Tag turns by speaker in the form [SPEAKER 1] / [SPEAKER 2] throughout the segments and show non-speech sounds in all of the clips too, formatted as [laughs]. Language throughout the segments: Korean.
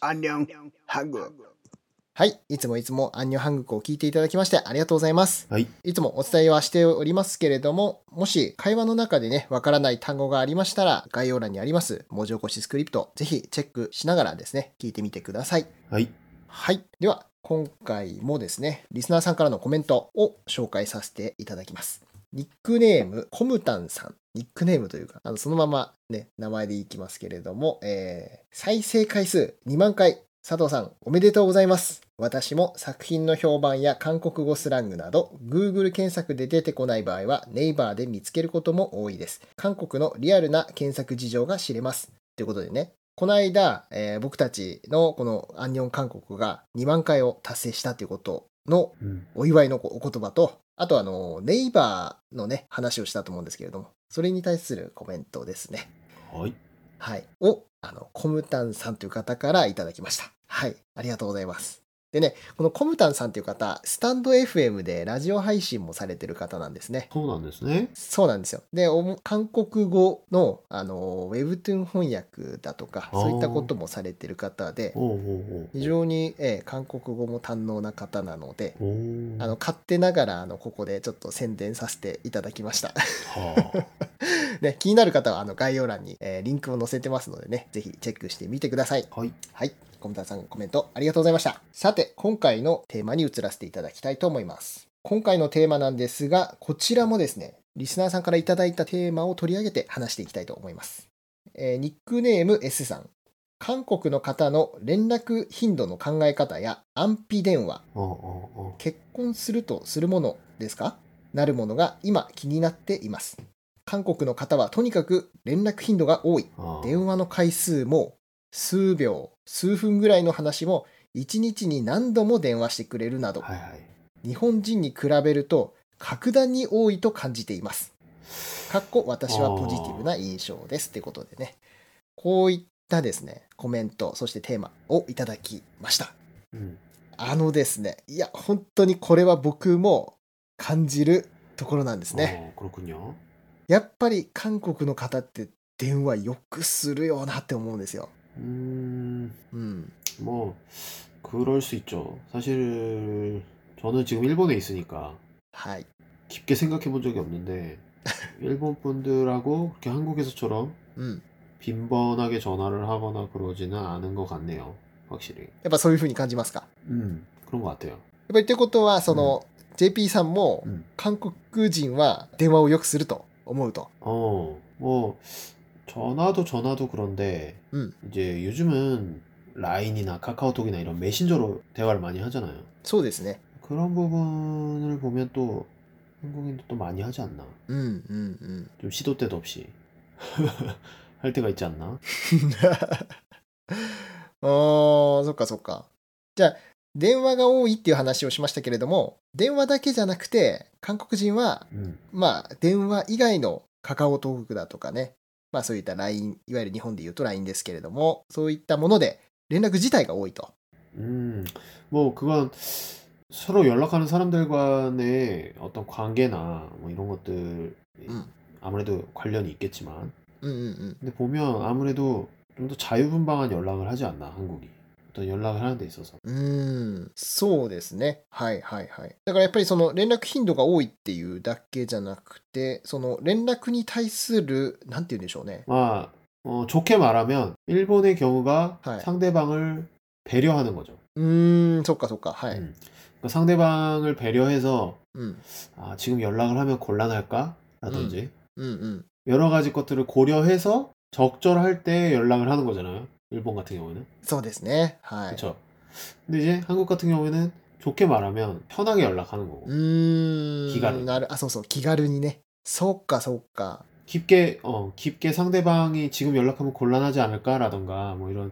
[SPEAKER 1] 안녕 한국
[SPEAKER 2] はい。いつもいつもアンニョハングクを聞いていただきましてありがとうございます。
[SPEAKER 3] はい。
[SPEAKER 2] いつもお伝えはしておりますけれども、もし会話の中でね、わからない単語がありましたら、概要欄にあります文字起こしスクリプト、ぜひチェックしながらですね、聞いてみてください。
[SPEAKER 3] はい。
[SPEAKER 2] はい。では、今回もですね、リスナーさんからのコメントを紹介させていただきます。ニックネーム、コムタンさん。ニックネームというか、あのそのままね、名前でいきますけれども、えー再生回数2万回。佐藤さん、おめでとうございます。私も作品の評判や韓国語スラングなど、Google 検索で出てこない場合は、ネイバーで見つけることも多いです。韓国のリアルな検索事情が知れます。ということでね、この間、えー僕たちのこのアンニョン韓国が2万回を達成したということの
[SPEAKER 3] うん。
[SPEAKER 2] お祝いのお言葉と、あとあの、ネイバーのね、話をしたと思うんですけれども、それに対するコメントですね。
[SPEAKER 3] はい。
[SPEAKER 2] はい。を、あの、コムタンさんという方からいただきました。はい。ありがとうございます。でね、このコムタンさんという方、スタンド FM でラジオ配信もされてる方なんですね。
[SPEAKER 3] そうなんですね。
[SPEAKER 2] そうなんですよ。で、おも韓国語の、あの、ウェブトゥーン翻訳だとか、
[SPEAKER 3] あー
[SPEAKER 2] そういったこともされてる方で、
[SPEAKER 3] おうおうおう
[SPEAKER 2] 非常に、えー韓国語も堪能な方なので、
[SPEAKER 3] おう
[SPEAKER 2] あの、勝手ながら、あの、ここでちょっと宣伝させていただきました。 [laughs]
[SPEAKER 3] は
[SPEAKER 2] ね、気になる方は、あの、概要欄に、えーリンクを載せてますのでね、ぜひチェックしてみてください。
[SPEAKER 3] あ。はい。
[SPEAKER 2] はい。コムタさんコメントありがとうございました。さて、今回のテーマに移らせていただきたいと思います。今回のテーマなんですが、こちらもですね、リスナーさんからいただいたテーマを取り上げて話していきたいと思います。えーニックネーム S さん。韓国の方の連絡頻度の考え方や安否電話、
[SPEAKER 3] ああああ。
[SPEAKER 2] 結婚するとするものですかなるものが今気になっています。韓国の方はとにかく連絡頻度が多い。
[SPEAKER 3] ああ
[SPEAKER 2] 電話の回数も数秒数分ぐらいの話も1日に何度も電話してくれるなど、
[SPEAKER 3] はいはい。
[SPEAKER 2] 日本人に比べると格段に多いと感じています。かっこ私はポジティブな印象ですってことでねこういったですねコメントそしてテーマをいただきました。
[SPEAKER 3] うん。
[SPEAKER 2] あのですねいや本当にこれは僕も感じるところなんですね。
[SPEAKER 3] ああ。黒くにゃ。
[SPEAKER 2] やっぱり韓国の方って電話よくするよなって思うんですよ。
[SPEAKER 3] 음.
[SPEAKER 2] 음.
[SPEAKER 3] 뭐 그럴 수 있죠. 사실 저는 지금 일본에 있으니까
[SPEAKER 2] はい。
[SPEAKER 3] 깊게 생각해 본 적이 없는데 일본 분들하고 그렇게 한국에서처럼
[SPEAKER 2] うん。
[SPEAKER 3] 빈번하게 전화를 하거나 그러지는 않은 것 같네요. 확실히.
[SPEAKER 2] やっぱそういう風に感じますか。やっ
[SPEAKER 3] 음. 그런 것 같아요.
[SPEAKER 2] ぱりってことは、その、JP さんも
[SPEAKER 3] 음.
[SPEAKER 2] 韓国人は電話をよくすると思うと。
[SPEAKER 3] 어. 뭐 전화도 전화도 그런데
[SPEAKER 2] 음.
[SPEAKER 3] 이제 요즘은 라인이나 카카오톡이나 이런 메신저로 대화를 많이 하잖아요.
[SPEAKER 2] そうですね。
[SPEAKER 3] 그런 부분을 보면 또 한국인도 또 많이 하지 않나.
[SPEAKER 2] うんうんうん。
[SPEAKER 3] 좀 시도 때도 없이 [laughs] 할 때가 있지 않나?
[SPEAKER 2] [laughs] あー、そっかそっか。じゃあ、電話が多いっていう話をしましたけれども、電話だけじゃなくて、韓国人は、
[SPEAKER 3] 음.
[SPEAKER 2] まあ、電話以外のカカオトークだとかね、まあそういった LINE、いわゆる日本で言うと LINE ですけれども、そういったもので連絡自体が多いと。
[SPEAKER 3] 음. 뭐 그건 서로 연락하는 사람들 간의 어떤 관계나 뭐 이런 것들
[SPEAKER 2] 음.
[SPEAKER 3] 아무래도 관련이 있겠지만
[SPEAKER 2] うんうんうん。
[SPEAKER 3] 근데 보면 아무래도 좀 더 자유분방한 연락을 하지 않나 한국이 어떤 연락을 하는 데 있어서
[SPEAKER 2] うーん、そうですね。はいはいはい。だからやっぱりその連絡頻度が多いっていうだけじゃなくて、その連絡に対する、なんて言うんでしょうね。
[SPEAKER 3] 아 어, 좋게 말하면 일본의 경우가
[SPEAKER 2] 하이.
[SPEAKER 3] 상대방을 배려하는 거죠
[SPEAKER 2] うーん、そっかそっか。はい。
[SPEAKER 3] 음. 그러니까 상대방을 배려해서
[SPEAKER 2] うん、
[SPEAKER 3] 아, 지금 연락을 하면 곤란할까? 라든지
[SPEAKER 2] うん、うん。
[SPEAKER 3] 여러 가지 것들을 고려해서 적절할 때 연락을 하는 거잖아요. 일본 같은 경우에는.
[SPEAKER 2] そうですね。はい。
[SPEAKER 3] 그렇죠. 근데 이제 한국 같은 경우에는 좋게 말하면 편하게 연락하는 거고
[SPEAKER 2] うーん、
[SPEAKER 3] 気軽に
[SPEAKER 2] なる。あ、そうそう、気軽にね。そっかそっか。
[SPEAKER 3] 깊게 어, 깊게 상대방이 지금 연락하면 곤란하지 않을까라던가 뭐 이런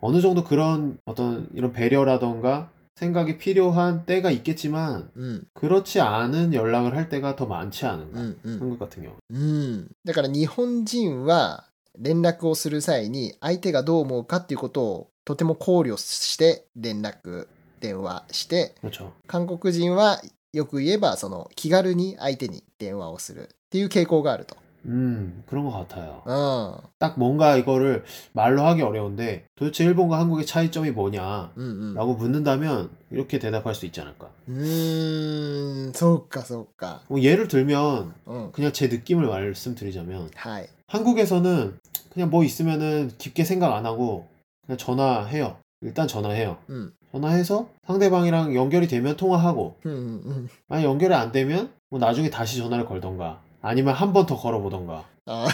[SPEAKER 3] 어느 정도 그런 어떤 이런 배려라던가 생각이 필요한 때가 있겠지만
[SPEAKER 2] うん、
[SPEAKER 3] 그렇지 않은 연락을 할 때가 더 많지
[SPEAKER 2] う
[SPEAKER 3] 않은가
[SPEAKER 2] ん、うん。
[SPEAKER 3] 한국 같은 경우
[SPEAKER 2] うん。だから日本人は連絡をする際に相手がどう思うかっていうことをとても考慮して連絡、電話して、
[SPEAKER 3] 그렇죠
[SPEAKER 2] 韓国人はよく言えばその気軽に相手に電話をするっていう傾向があると。
[SPEAKER 3] 음, 그런 것 같아요.
[SPEAKER 2] あ
[SPEAKER 3] 딱 뭔가 이거를 말로 하기 어려운데 도대체 일본과 한국의 차이점이 뭐냐?
[SPEAKER 2] あうんうん。
[SPEAKER 3] 라고 묻는다면 이렇게 대답할 수 있지 않을까?
[SPEAKER 2] うーん、そうかそうか。
[SPEAKER 3] 뭐 예를 들면
[SPEAKER 2] うん。
[SPEAKER 3] 그냥 제 느낌을 말씀드리자면
[SPEAKER 2] はい。
[SPEAKER 3] 한국에서는 그냥 뭐 있으면은 깊게 생각 안 하고 그냥 전화해요. 일단 전화해요.
[SPEAKER 2] 음.
[SPEAKER 3] 전화해서 상대방이랑 연결이 되면 통화하고
[SPEAKER 2] うんうんうん。
[SPEAKER 3] 만약 연결이 안 되면 뭐 나중에 다시 전화를 걸던가 아니면 한 번 더 걸어보던가
[SPEAKER 2] あ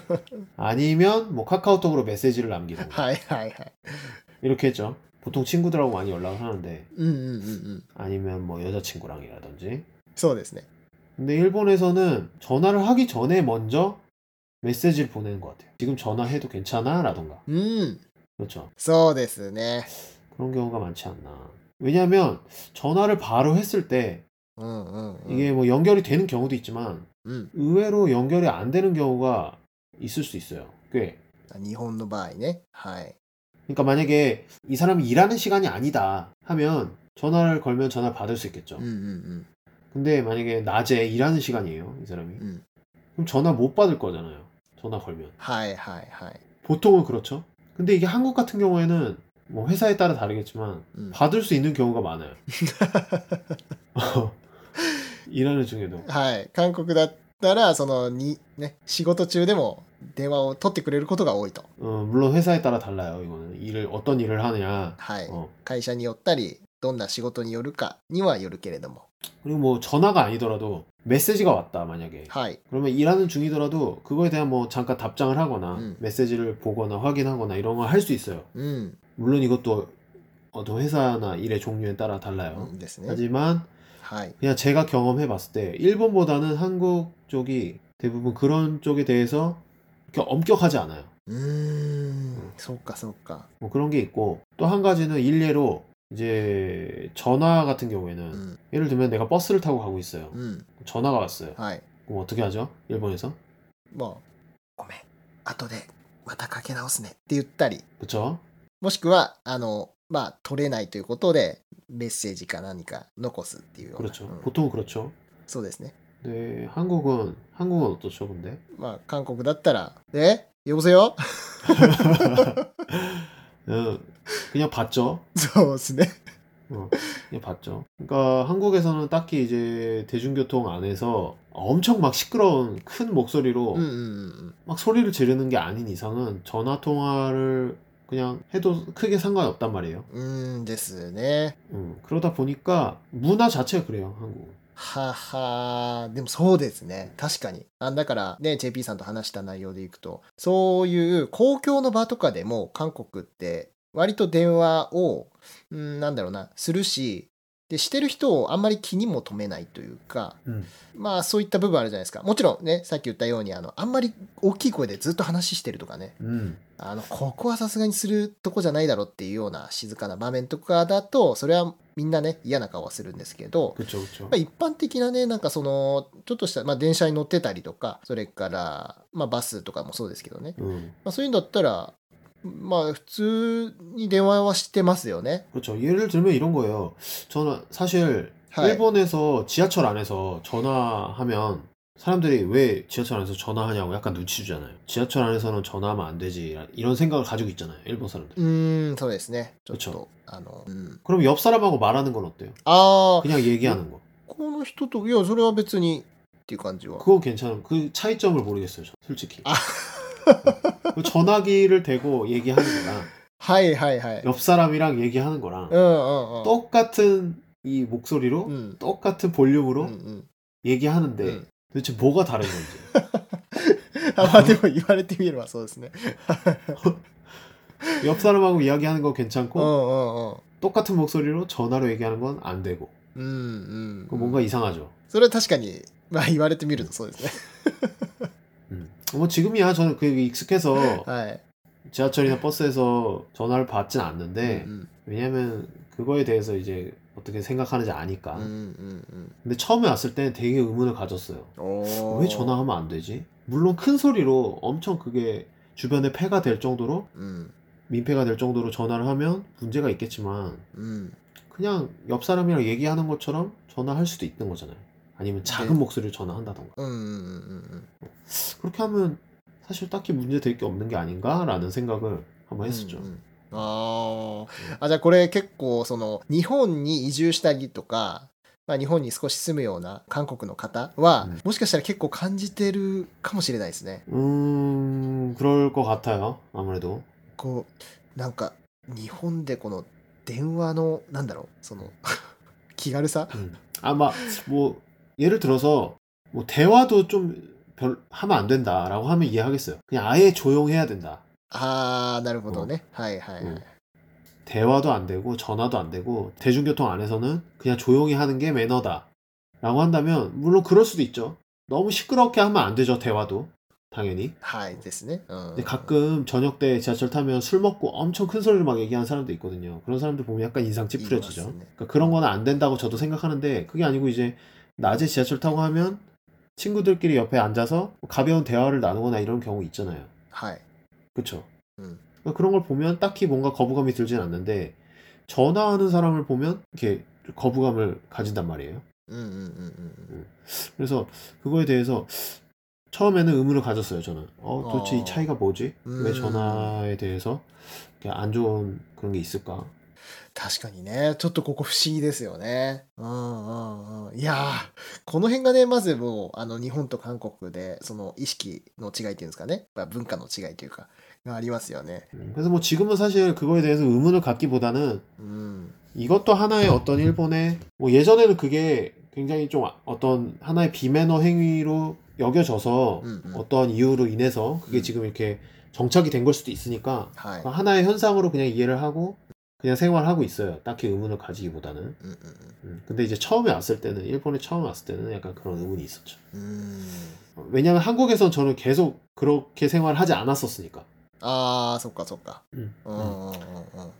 [SPEAKER 3] [laughs] 아니면 뭐 카카오톡으로 메시지를 남기던가
[SPEAKER 2] はいはいはい。
[SPEAKER 3] 이렇게 했죠. 보통 친구들하고 많이 연락을 하는데
[SPEAKER 2] うんうんうんうん。
[SPEAKER 3] 아니면 뭐 여자친구랑이라든지
[SPEAKER 2] そうですね。
[SPEAKER 3] 근데 일본에서는 전화를 하기 전에 먼저 메시지를 보내는 것 같아요. 지금 전화해도 괜찮아? 라던가
[SPEAKER 2] うん。
[SPEAKER 3] 그렇죠.
[SPEAKER 2] そうですね。
[SPEAKER 3] 그런 경우가 많지 않나. 왜냐하면 전화를 바로 했을 때
[SPEAKER 2] うんうん、うん。
[SPEAKER 3] 이게 뭐 연결이 되는 경우도 있지만
[SPEAKER 2] うん。
[SPEAKER 3] 의외로 연결이 안 되는 경우가 있을 수 있어요. 꽤.
[SPEAKER 2] 日本の場合ね。はい。
[SPEAKER 3] 그러니까 만약에 이 사람이 일하는 시간이 아니다 하면 전화를 걸면 전화를 받을 수 있겠죠.
[SPEAKER 2] うんうん
[SPEAKER 3] 근데 만약에 낮에 일하는 시간이에요, 이 사람이.
[SPEAKER 2] 음.
[SPEAKER 3] 그럼 전화 못 받을 거잖아요. 전화 걸면.
[SPEAKER 2] はいはいはい。
[SPEAKER 3] 보통은 그렇죠. 근데 이게 한국 같은 경우에는 뭐 회사에 따라 다르겠지만
[SPEAKER 2] うん、
[SPEAKER 3] 받을 수 있는 경우가 많아요. [laughs] 일하는 중에도.
[SPEAKER 2] はい。韓国だったら、その、に、ね、仕事中でも電話を取ってくれることが多いと。
[SPEAKER 3] 어, 물론 회사에 따라 달라요. 이거는 일을 어떤 일을 하느냐.
[SPEAKER 2] はい。
[SPEAKER 3] 어.
[SPEAKER 2] 会社によったり、どんな仕事によるかにはよるけれども。
[SPEAKER 3] 그리고 뭐 전화가 아니더라도 메시지가 왔다 만약에
[SPEAKER 2] はい。
[SPEAKER 3] 그러면 일하는 중이더라도 그거에 대한 뭐 잠깐 답장을 하거나
[SPEAKER 2] 음.
[SPEAKER 3] 메시지를 보거나 확인하거나 이런 걸 할 수 있어요.
[SPEAKER 2] うん。
[SPEAKER 3] 물론 이것도 어떤 회사나 일의 종류에 따라
[SPEAKER 2] う
[SPEAKER 3] 달라요.
[SPEAKER 2] んですね。
[SPEAKER 3] 하지만
[SPEAKER 2] はい。
[SPEAKER 3] 그냥 제가 경험해 봤을 때 일본보다는 한국 쪽이 대부분 그런 쪽에 대해서 이렇게 엄격하지 않아요.
[SPEAKER 2] うーん。そうかそうか。
[SPEAKER 3] 뭐 그런 게 있고 또 한 가지는 일례로 이제 전화 같은 경우에는
[SPEAKER 2] 음.
[SPEAKER 3] 예를 들면 내가 버스를 타고 가고 있어요.
[SPEAKER 2] うん。
[SPEAKER 3] 전화가 왔어요.
[SPEAKER 2] はい。
[SPEAKER 3] 그럼 어떻게 하죠? 일본에서?
[SPEAKER 2] もう、ごめん。後で、またかけ直すね。って言ったり。
[SPEAKER 3] 그쵸?
[SPEAKER 2] もしくは、あの、まあ、取れないということで、メッセージか何か残すっていうような。
[SPEAKER 3] 그렇죠.
[SPEAKER 2] うん
[SPEAKER 3] 보통은 그렇죠.
[SPEAKER 2] そうですね。
[SPEAKER 3] 근데 한국은 한국은 어떻죠, 근데?
[SPEAKER 2] まあ、韓国だったら、えよこせよ [laughs]
[SPEAKER 3] 어, 그냥 봤죠.
[SPEAKER 2] そうですね。
[SPEAKER 3] 어, 그냥 봤죠. 그러니까 한국에서는 딱히 이제 대중교통 안에서 엄청 막 시끄러운 큰 목소리로
[SPEAKER 2] うんうんうん
[SPEAKER 3] 막 소리를 지르는 게 아닌 이상은 전화 통화를 그냥 해도 크게 상관이 없단 말이에요.
[SPEAKER 2] うん。うーんですね。
[SPEAKER 3] 음, 그러다 보니까 문화 자체가 그래요, 한국은.
[SPEAKER 2] ははでもそうですね。確かに。あだから、ね、JP さんと話した内容でいくと、そういう公共の場とかでも、韓国って、割と電話を、うん、なんだろうな、するし、で、してる人をあんまり気にも留めないというか、
[SPEAKER 3] 음.
[SPEAKER 2] まあそういった部分あるじゃないですか。もちろんね、さっき言ったように、あの、あんまり大きい声でずっと話してるとかね、
[SPEAKER 3] 음.
[SPEAKER 2] あの、ここはさすがにするとこじゃないだろうっていうような静かな場面とかだと、それはみんなね、嫌な顔はするんですけど、
[SPEAKER 3] 그렇죠, 그렇죠.
[SPEAKER 2] まあ一般的なね、なんかその、ちょっとした、まあ電車に乗ってたりとか、それから、まあバスとかもそうですけどね、
[SPEAKER 3] 음.
[SPEAKER 2] まあそういうんだったら、まあ普通に電話はしてますよね。
[SPEAKER 3] 그렇죠. 예를 들면 이런 거예요. 저는 사실
[SPEAKER 2] 하이.
[SPEAKER 3] 일본에서 지하철 안에서 전화하면 사람들이 왜 지하철 안에서 전화하냐고 약간 눈치 주잖아요. 지하철 안에서는 전화하면 안 되지 이런 생각을 가지고 있잖아요. 일본 사람들.
[SPEAKER 2] うーん、そうですね。ちょっ
[SPEAKER 3] 그렇
[SPEAKER 2] と、あの、うん。
[SPEAKER 3] 그럼 옆 사람하고 말하는 건 어때요?
[SPEAKER 2] ああ、
[SPEAKER 3] 그냥 얘기하는 거.
[SPEAKER 2] この人と、いや、それは別にっていう感じは。
[SPEAKER 3] 그거 괜찮은 그 차이점을 모르겠어요. 저, 솔직히.
[SPEAKER 2] 아.
[SPEAKER 3] 그 전화기를 대고 얘기하는 거랑
[SPEAKER 2] はいはいはい。
[SPEAKER 3] 옆 사람이랑 얘기하는
[SPEAKER 2] う
[SPEAKER 3] 거랑
[SPEAKER 2] んうんうん。
[SPEAKER 3] 똑같은 이 목소리로
[SPEAKER 2] うん
[SPEAKER 3] 똑같은
[SPEAKER 2] うん
[SPEAKER 3] 볼륨으로
[SPEAKER 2] うん。
[SPEAKER 3] 얘기하는데
[SPEAKER 2] 음.
[SPEAKER 3] 도대체 뭐가 다른 건지.
[SPEAKER 2] [laughs] あまあでも言われてみればそうですね。
[SPEAKER 3] 옆 사람하고 이야기하는 건
[SPEAKER 2] うんう
[SPEAKER 3] 괜찮고
[SPEAKER 2] んうん。
[SPEAKER 3] 똑같은 목소리로 전화로 얘기하는 건 안 되고
[SPEAKER 2] うん
[SPEAKER 3] 그
[SPEAKER 2] うん。
[SPEAKER 3] 뭔가 이상하죠.
[SPEAKER 2] それは確かに、まあ言われてみるとそうですね。
[SPEAKER 3] 음. 뭐 지금이야 저는 그 익숙해서
[SPEAKER 2] はい。
[SPEAKER 3] 지하철이나 버스에서 전화를 받진 않는데
[SPEAKER 2] うん、
[SPEAKER 3] 왜냐면 그거에 대해서 이제 어떻게 생각하는지
[SPEAKER 2] う
[SPEAKER 3] 아니까.
[SPEAKER 2] んうん
[SPEAKER 3] 근데 처음에 왔을 때는 되게 의문을 가졌어요.
[SPEAKER 2] うん。おー
[SPEAKER 3] 왜 전화하면 안 되지? 물론 큰 소리로 엄청 그게 주변에 폐가 될 정도로
[SPEAKER 2] うん。
[SPEAKER 3] 민폐가 될 정도로 전화를 하면 문제가 있겠지만
[SPEAKER 2] うん。
[SPEAKER 3] 그냥 옆 사람이랑 얘기하는 것처럼 전화할 수도 있는 거잖아요. 아니면 작은
[SPEAKER 2] 네.
[SPEAKER 3] 목소리로 전화한다던가.
[SPEAKER 2] 음, 음,
[SPEAKER 3] 그렇게 하면 사실 딱히 문제 될 게 없는 게 아닌가라는 생각을 한번 했었죠.
[SPEAKER 2] うんうんあーあじゃあこれ結構その日本に移住したりとか、まあ、日本に少し住むような韓国の方は、
[SPEAKER 3] うん
[SPEAKER 2] もしかしたら結構感じてるかもしれないですね。
[SPEAKER 3] 음, 그럴 것 같아요. 아무래도.
[SPEAKER 2] こうなんか日本でこの電話のなんだろうその [laughs] 気軽さ
[SPEAKER 3] 음. 아마 뭐 예를 들어서 뭐 대화도 좀 별 하면 안 된다라고 하면 이해하겠어요. 그냥 아예 조용해야 된다.
[SPEAKER 2] ああなるほどね、はいはいはい、
[SPEAKER 3] うん 대화도 안 되고 전화도 안 되고 대중교통 안에서는 그냥 조용히 하는 게 매너다라고 한다면 물론 그럴 수도 있죠. 너무 시끄럽게 하면 안 되죠 대화도 당연히.
[SPEAKER 2] はいですね、うん
[SPEAKER 3] 근데 가끔 저녁 때 지하철 타면 술 먹고 엄청 큰 소리로 막 얘기하는 사람도 있거든요. 그런 사람들 보면 약간 인상 찌푸려지죠.
[SPEAKER 2] 이거 맞습니다.
[SPEAKER 3] 그러니까 그런 거는 안 된다고 저도 생각하는데 그게 아니고 이제 낮에 지하철 타고 하면 친구들끼리 옆에 앉아서 가벼운 대화를 나누거나 이런 경우 있잖아요.
[SPEAKER 2] はい、
[SPEAKER 3] 그렇죠.
[SPEAKER 2] 음.
[SPEAKER 3] 그런 걸 보면 딱히 뭔가 거부감이 들진 않는데 전화하는 사람을 보면 이렇게 거부감을 가진단 말이에요.
[SPEAKER 2] うんうんうんうん、
[SPEAKER 3] 그래서 그거에 대해서 처음에는 의문을 가졌어요. 저는 어 도대체
[SPEAKER 2] 어.
[SPEAKER 3] 이 차이가 뭐지? 왜
[SPEAKER 2] 음.
[SPEAKER 3] 전화에 대해서 이렇게 안 좋은 그런 게 있을까?
[SPEAKER 2] 確かにねちょっとここ不思議ですよねうんうんうんいやーこの辺がねまずもうあの日本と韓国でその意識の違いっていうんですかねまあ文化の違いというかがありますよね
[SPEAKER 3] 음, 그래서 뭐 지금은 사실 그거에 대해서 의문을 갖기보다는
[SPEAKER 2] うん、
[SPEAKER 3] 이것도 하나의 어떤 일본의 뭐 예전에는 그게 굉장히 좀 아- 어떤 하나의 비매너 행위로 여겨져서
[SPEAKER 2] うんうん、
[SPEAKER 3] 어떤 이유로 인해서 그게
[SPEAKER 2] 음.
[SPEAKER 3] 지금 이렇게 정착이 된 걸 수도 있으니까
[SPEAKER 2] はい、
[SPEAKER 3] 하나의 현상으로 그냥 이해를 하고 그냥 생활하고 있어요. 딱히 의문을 가지기보다는.
[SPEAKER 2] うんうん
[SPEAKER 3] 음, 근데 이제 처음에 왔을 때는 일본에 처음 왔을 때는 약간 그런 의문이 있었죠.
[SPEAKER 2] うん、うん、
[SPEAKER 3] 왜냐하면 한국에선 저는 계속 그렇게 생활하지 않았었으니까.
[SPEAKER 2] あーそっかそっか
[SPEAKER 3] 음,
[SPEAKER 2] うんうんうんうん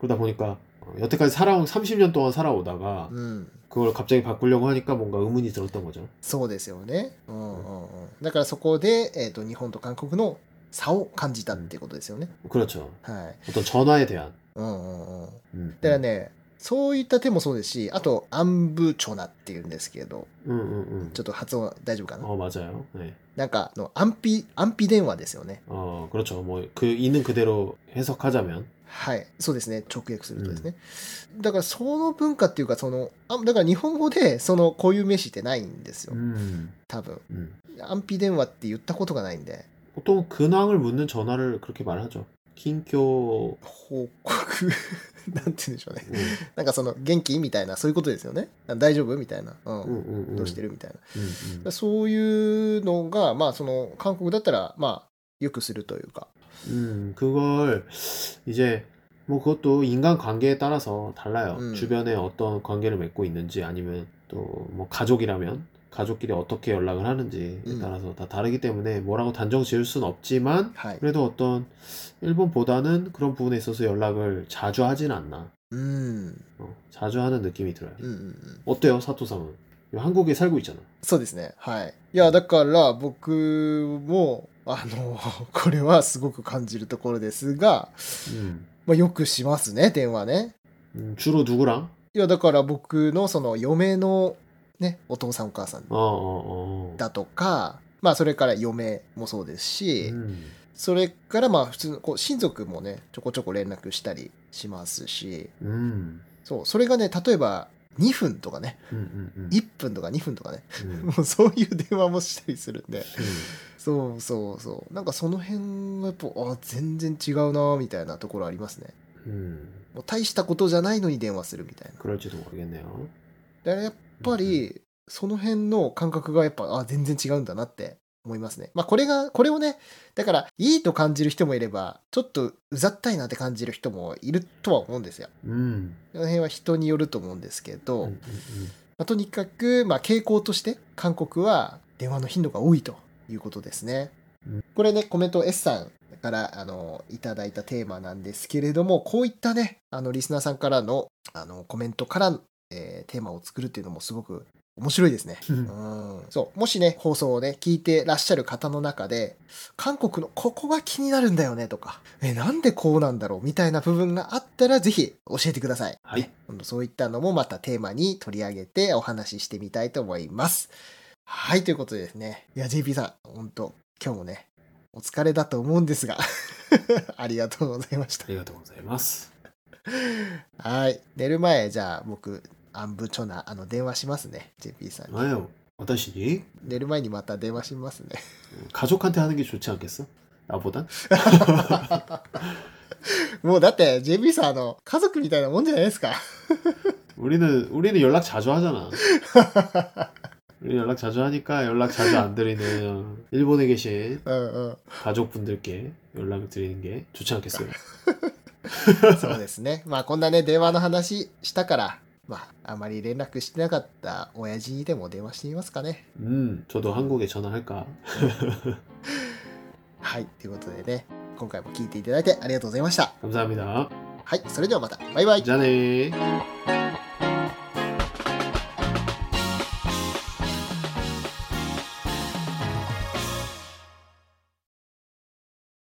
[SPEAKER 3] 그러다 보니까 어, 여태까지 살아온 30년 동안 살아오다가
[SPEAKER 2] うん、
[SPEAKER 3] 그걸 갑자기 바꾸려고 하니까 뭔가 의문이 들었던 거죠.
[SPEAKER 2] そうですよね、うんうんうん、だからそこで、えー、と日本と韓国の差を感じたってことですよね、
[SPEAKER 3] 그렇죠.
[SPEAKER 2] はい
[SPEAKER 3] 어떤 전화에 대한.
[SPEAKER 2] うんうんうん
[SPEAKER 3] 음,
[SPEAKER 2] だからね、そういった手もそうですし、あと、アンブチョナっていうんですけど、
[SPEAKER 3] 음, 음, 음.
[SPEAKER 2] ちょっと発音大丈夫かな
[SPEAKER 3] 어 맞아요. 네.
[SPEAKER 2] なんかあの、安否、安否電話ですよね。
[SPEAKER 3] 어 그렇죠. 뭐 그 있는 그대로 해석하자면.
[SPEAKER 2] はい。そうですね。直訳するとですね。だから、その文化っていうか、その、あだから日本語で、その、こういう名詞ってないんですよ。
[SPEAKER 3] 음,
[SPEAKER 2] 多分。
[SPEAKER 3] 음.
[SPEAKER 2] 安否電話って言ったことがないんで、
[SPEAKER 3] 보통 근황을 묻는 전화를 그렇게 말하죠. 긴교.
[SPEAKER 2] 報告、 [laughs] なんて言うんでしょうね。
[SPEAKER 3] 음,
[SPEAKER 2] なんかその、元気みたいな、そういうことですよね。大丈夫みたいな。うん。
[SPEAKER 3] 음, 음,
[SPEAKER 2] [laughs]
[SPEAKER 3] 음.
[SPEAKER 2] どうしてるみたいな。
[SPEAKER 3] 음, 음.
[SPEAKER 2] そういうのが、まあ、その韓国だったら、まあ、よくするというか。
[SPEAKER 3] 음, 그걸 이제 뭐 그것도 인간 관계에 따라서 달라요.
[SPEAKER 2] 음.
[SPEAKER 3] 주변에 어떤 관계를 맺고 있는지 아니면 또 뭐 가족이라면 가족끼리 어떻게 연락을 하는지에
[SPEAKER 2] 음.
[SPEAKER 3] 따라서 다 다르기 때문에 뭐라고 단정 지을 순 없지만
[SPEAKER 2] はい。
[SPEAKER 3] 그래도 어떤 일본보다는 그런 부분에 있어서 연락을 자주 하진 않나.
[SPEAKER 2] うん。
[SPEAKER 3] 어, 자주 하는 느낌이 들어요.
[SPEAKER 2] うんうんうん。
[SPEAKER 3] 어때요, 사토상은? 한국에 살고 있잖아.
[SPEAKER 2] そうですね。はい。いや、だから僕も、あの、 [laughs] これはすごく感じるところですが、
[SPEAKER 3] 음.
[SPEAKER 2] まあ、よくしますね、電話ね。
[SPEAKER 3] 음, 주로 누구랑?
[SPEAKER 2] いや、だから僕のその嫁のね、お父さんお母さん
[SPEAKER 3] 어, 어, 어.
[SPEAKER 2] だとか、まあ、それから嫁もそうですし、
[SPEAKER 3] 음.
[SPEAKER 2] それからまあ、普通のこう親族もね、ちょこちょこ連絡したりしますし、
[SPEAKER 3] 음.
[SPEAKER 2] そう、それがね、例えば2分とかね、
[SPEAKER 3] 음, 음, 음.
[SPEAKER 2] 1分とか2分とかね、 [laughs]
[SPEAKER 3] 음.
[SPEAKER 2] もうそういう電話もしたりするんで、
[SPEAKER 3] 음.
[SPEAKER 2] そうそうそう、なんかその辺がやっぱ、あ全然違うな、みたいなところありますね。
[SPEAKER 3] 음,
[SPEAKER 2] もう大したことじゃないのに電話するみたいな。
[SPEAKER 3] 그럴지도 모르겠네요.
[SPEAKER 2] だからやっぱり、その辺の感覚がやっぱ、あ全然違うんだなって思いますね。まあこれが、これをね、だから、いいと感じる人もいれば、ちょっとうざったいなって感じる人もいるとは思うんですよ。
[SPEAKER 3] 음,
[SPEAKER 2] その辺は人によると思うんですけど、
[SPEAKER 3] 음, 음, 음.
[SPEAKER 2] まあ、とにかく、まあ、傾向として韓国は電話の頻度が多いということですね
[SPEAKER 3] うん。
[SPEAKER 2] これね、コメント S さんからあのいただいたテーマなんですけれども、こういったね、あのリスナーさんからのあのコメントから、えーテーマを作るっていうのもすごく面白いですね。
[SPEAKER 3] うん
[SPEAKER 2] うんそうもしね放送をね聞いてらっしゃる方の中で韓国のここが気になるんだよねとかえなんでこうなんだろうみたいな部分があったらぜひ教えてください、
[SPEAKER 3] はい
[SPEAKER 2] ねほんとそういったのもまたテーマに取り上げてお話ししてみたいと思いますはいということでですねいや JP さん本当今日もねお疲れだと思うんですが [laughs] ありがとうございました
[SPEAKER 3] ありがとうございます。
[SPEAKER 2] はい寝る前じゃあ僕アンブチョナあの電話しますね JP さんに
[SPEAKER 3] 前を私に
[SPEAKER 2] 寝る前にまた電話しますね
[SPEAKER 3] 네,
[SPEAKER 2] [laughs]
[SPEAKER 3] 가족한테 하는 게 좋지 않겠어? 나보단?
[SPEAKER 2] もうだって JB さんあの家族みたいなもんじゃないですか [laughs]
[SPEAKER 3] 우리는 우리는 연락 자주 하잖아. 우리 연락 자주 하니까 연락 자주 안 드리는 일본에 계신
[SPEAKER 2] うんうん
[SPEAKER 3] 가족분들께 연락을 드리는 게 좋지 않겠어요?
[SPEAKER 2] そうですねまあこんなね電話の話したからまああまり連絡してなかった親父にでも電話してみますかね
[SPEAKER 3] 음, 저도 한국에 전화할까?
[SPEAKER 2] はいということでね今回も聞いていただいてありがとうございました
[SPEAKER 3] 감사합니다.
[SPEAKER 2] はいそれではまたバイバイ
[SPEAKER 3] 자네.